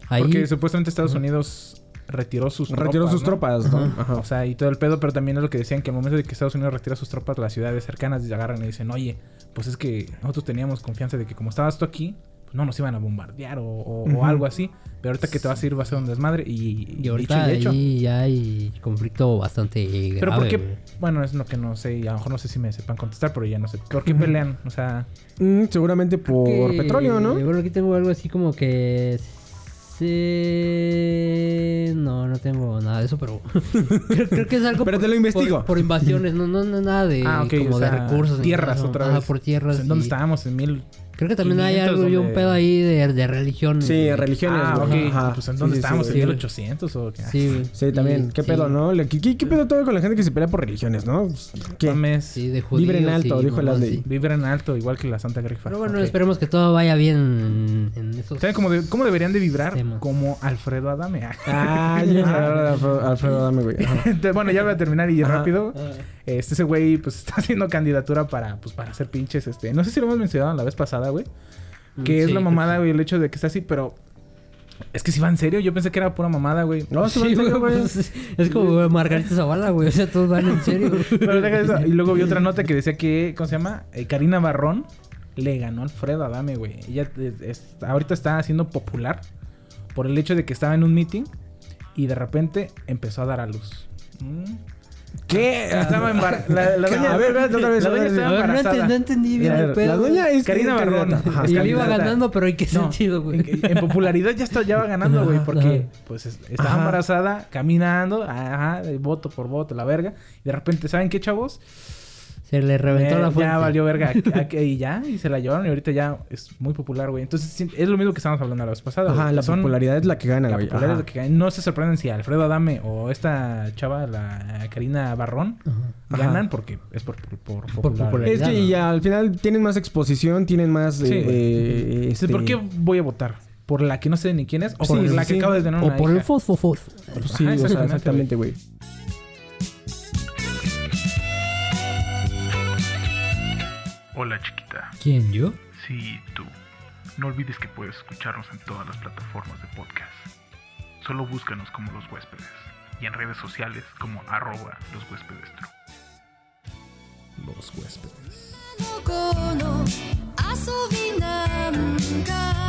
Ahí... Porque supuestamente Estados Unidos retiró sus tropas. retiró sus ¿no? tropas, ¿no? Ajá. O sea, y todo el pedo, pero también es lo que decían que al momento de que Estados Unidos retira sus tropas, las ciudades cercanas y agarran y dicen, oye, pues es que nosotros teníamos confianza de que como estabas tú aquí, pues no nos iban a bombardear o, o- o algo así, pero ahorita que te vas a ir va a ser un desmadre y, Y ahorita dicho y hecho. ahí ya hay conflicto bastante grave, Pero ¿por qué? güey. Bueno, es lo que no sé, y a lo mejor no sé si me sepan contestar, pero ya no sé. ¿Por qué pelean? O sea, Mm, seguramente por que- petróleo, ¿no? Bueno, aquí tengo algo así como que. se- No, no tengo nada de eso, pero. [LAUGHS] creo, creo que es algo. Pero por- te lo investigo. Por, por invasiones, no, no, no, nada de. ah, ok, como o de sea, recursos. ni Tierras nada, no, otra vez. ajá, por tierras. O sea, ¿En dónde y- estábamos? En mil. Creo que también hay 500 algo y un donde- pedo ahí de, de religiones. Sí, güey. religiones, Ah, ok. güey. Ajá. Pues en Sí, dónde sí, estábamos, sí, sí, en güey. 1800 o qué. Sí, güey. Sí, también. Y- ¿Qué sí. pedo, no? Le- ¿Qué, qué, qué pedo todo con la gente que se pelea por religiones, no? ¿Qué? Mames. Sí, de judíos. Vibren alto, y dijo la mamás, ley. sí. Vibran alto, igual que la Santa Grifa. Pero bueno, Ok. esperemos que todo vaya bien en, en esos. ¿Saben cómo, de- cómo deberían de vibrar? Temas. Como Alfredo Adame. Ah, yo a Alfredo, Alfredo dame, güey. Ajá. [LAUGHS] Entonces, bueno, ya voy a terminar y Ajá. Ah. rápido. Este, ese güey, pues, [LAUGHS] está haciendo candidatura para, pues, para hacer pinches, este... No sé si lo hemos mencionado la vez pasada, güey. Que Mm, es sí, la creo mamada, que güey, el hecho de que está así, pero... Es que si va en serio, yo pensé que era pura mamada, güey. No, sí, Sí, en serio, güey, güey. pues, es, es como güey, Margarita Zavala, güey. O sea, todos van [LAUGHS] en serio. Pero deja eso. Y luego vi otra nota que decía que, ¿cómo se llama? Eh, Karina Barrón le ganó a Alfredo Adame, güey. Ella eh, es- ahorita está siendo popular por el hecho de que estaba en un meeting y de repente empezó a dar a luz. Mm. Ah, ¿Qué? Estaba embarazada. La, la doña, [LAUGHS] A ver, espérate, otra vez, la doña otra vez. estaba A ver, no ent- embarazada. no entendí bien Mira, el pedo. la güey. doña es Karina Barrón. candidata. Ajá, es y le iba candidata. ganando, pero ¿en qué No, sentido, güey? En, en popularidad ya, está, ya va ganando, güey. Ajá, Porque ajá. pues es- estaba Ajá. embarazada, caminando, ajá, de voto por voto, la verga. Y de repente, ¿saben qué, chavos? Se le reventó Eh, la fuente. Ya valió [LAUGHS] verga. aquí- Y ya, y se la llevaron y ahorita ya es muy popular, güey. Entonces sí, es lo mismo que estábamos hablando la vez pasada. Ajá, güey. la Son- popularidad es la que gana, la güey. popularidad Ajá. es la que ganan. No se sorprenden si Alfredo Adame o esta chava, la Karina Barrón, Ajá. ganan porque es por, por, por popular. popular. Es que Ya, ¿no? y al final tienen más exposición, tienen más... Sí, eh, güey. eh, Entonces, este- ¿Por qué voy a votar? ¿Por la que no sé ni quién es? ¿O Sí, por la sí. que acabo de tener O una por el hija? fosfofos. Pues sí, Ajá, o sea, exactamente, exactamente, güey. Hola chiquita. ¿Quién, yo? Sí, tú. No olvides que puedes escucharnos en todas las plataformas de podcast. Solo búscanos como los huéspedes y en redes sociales como arroba los huéspedes. tru. の子の遊びなんか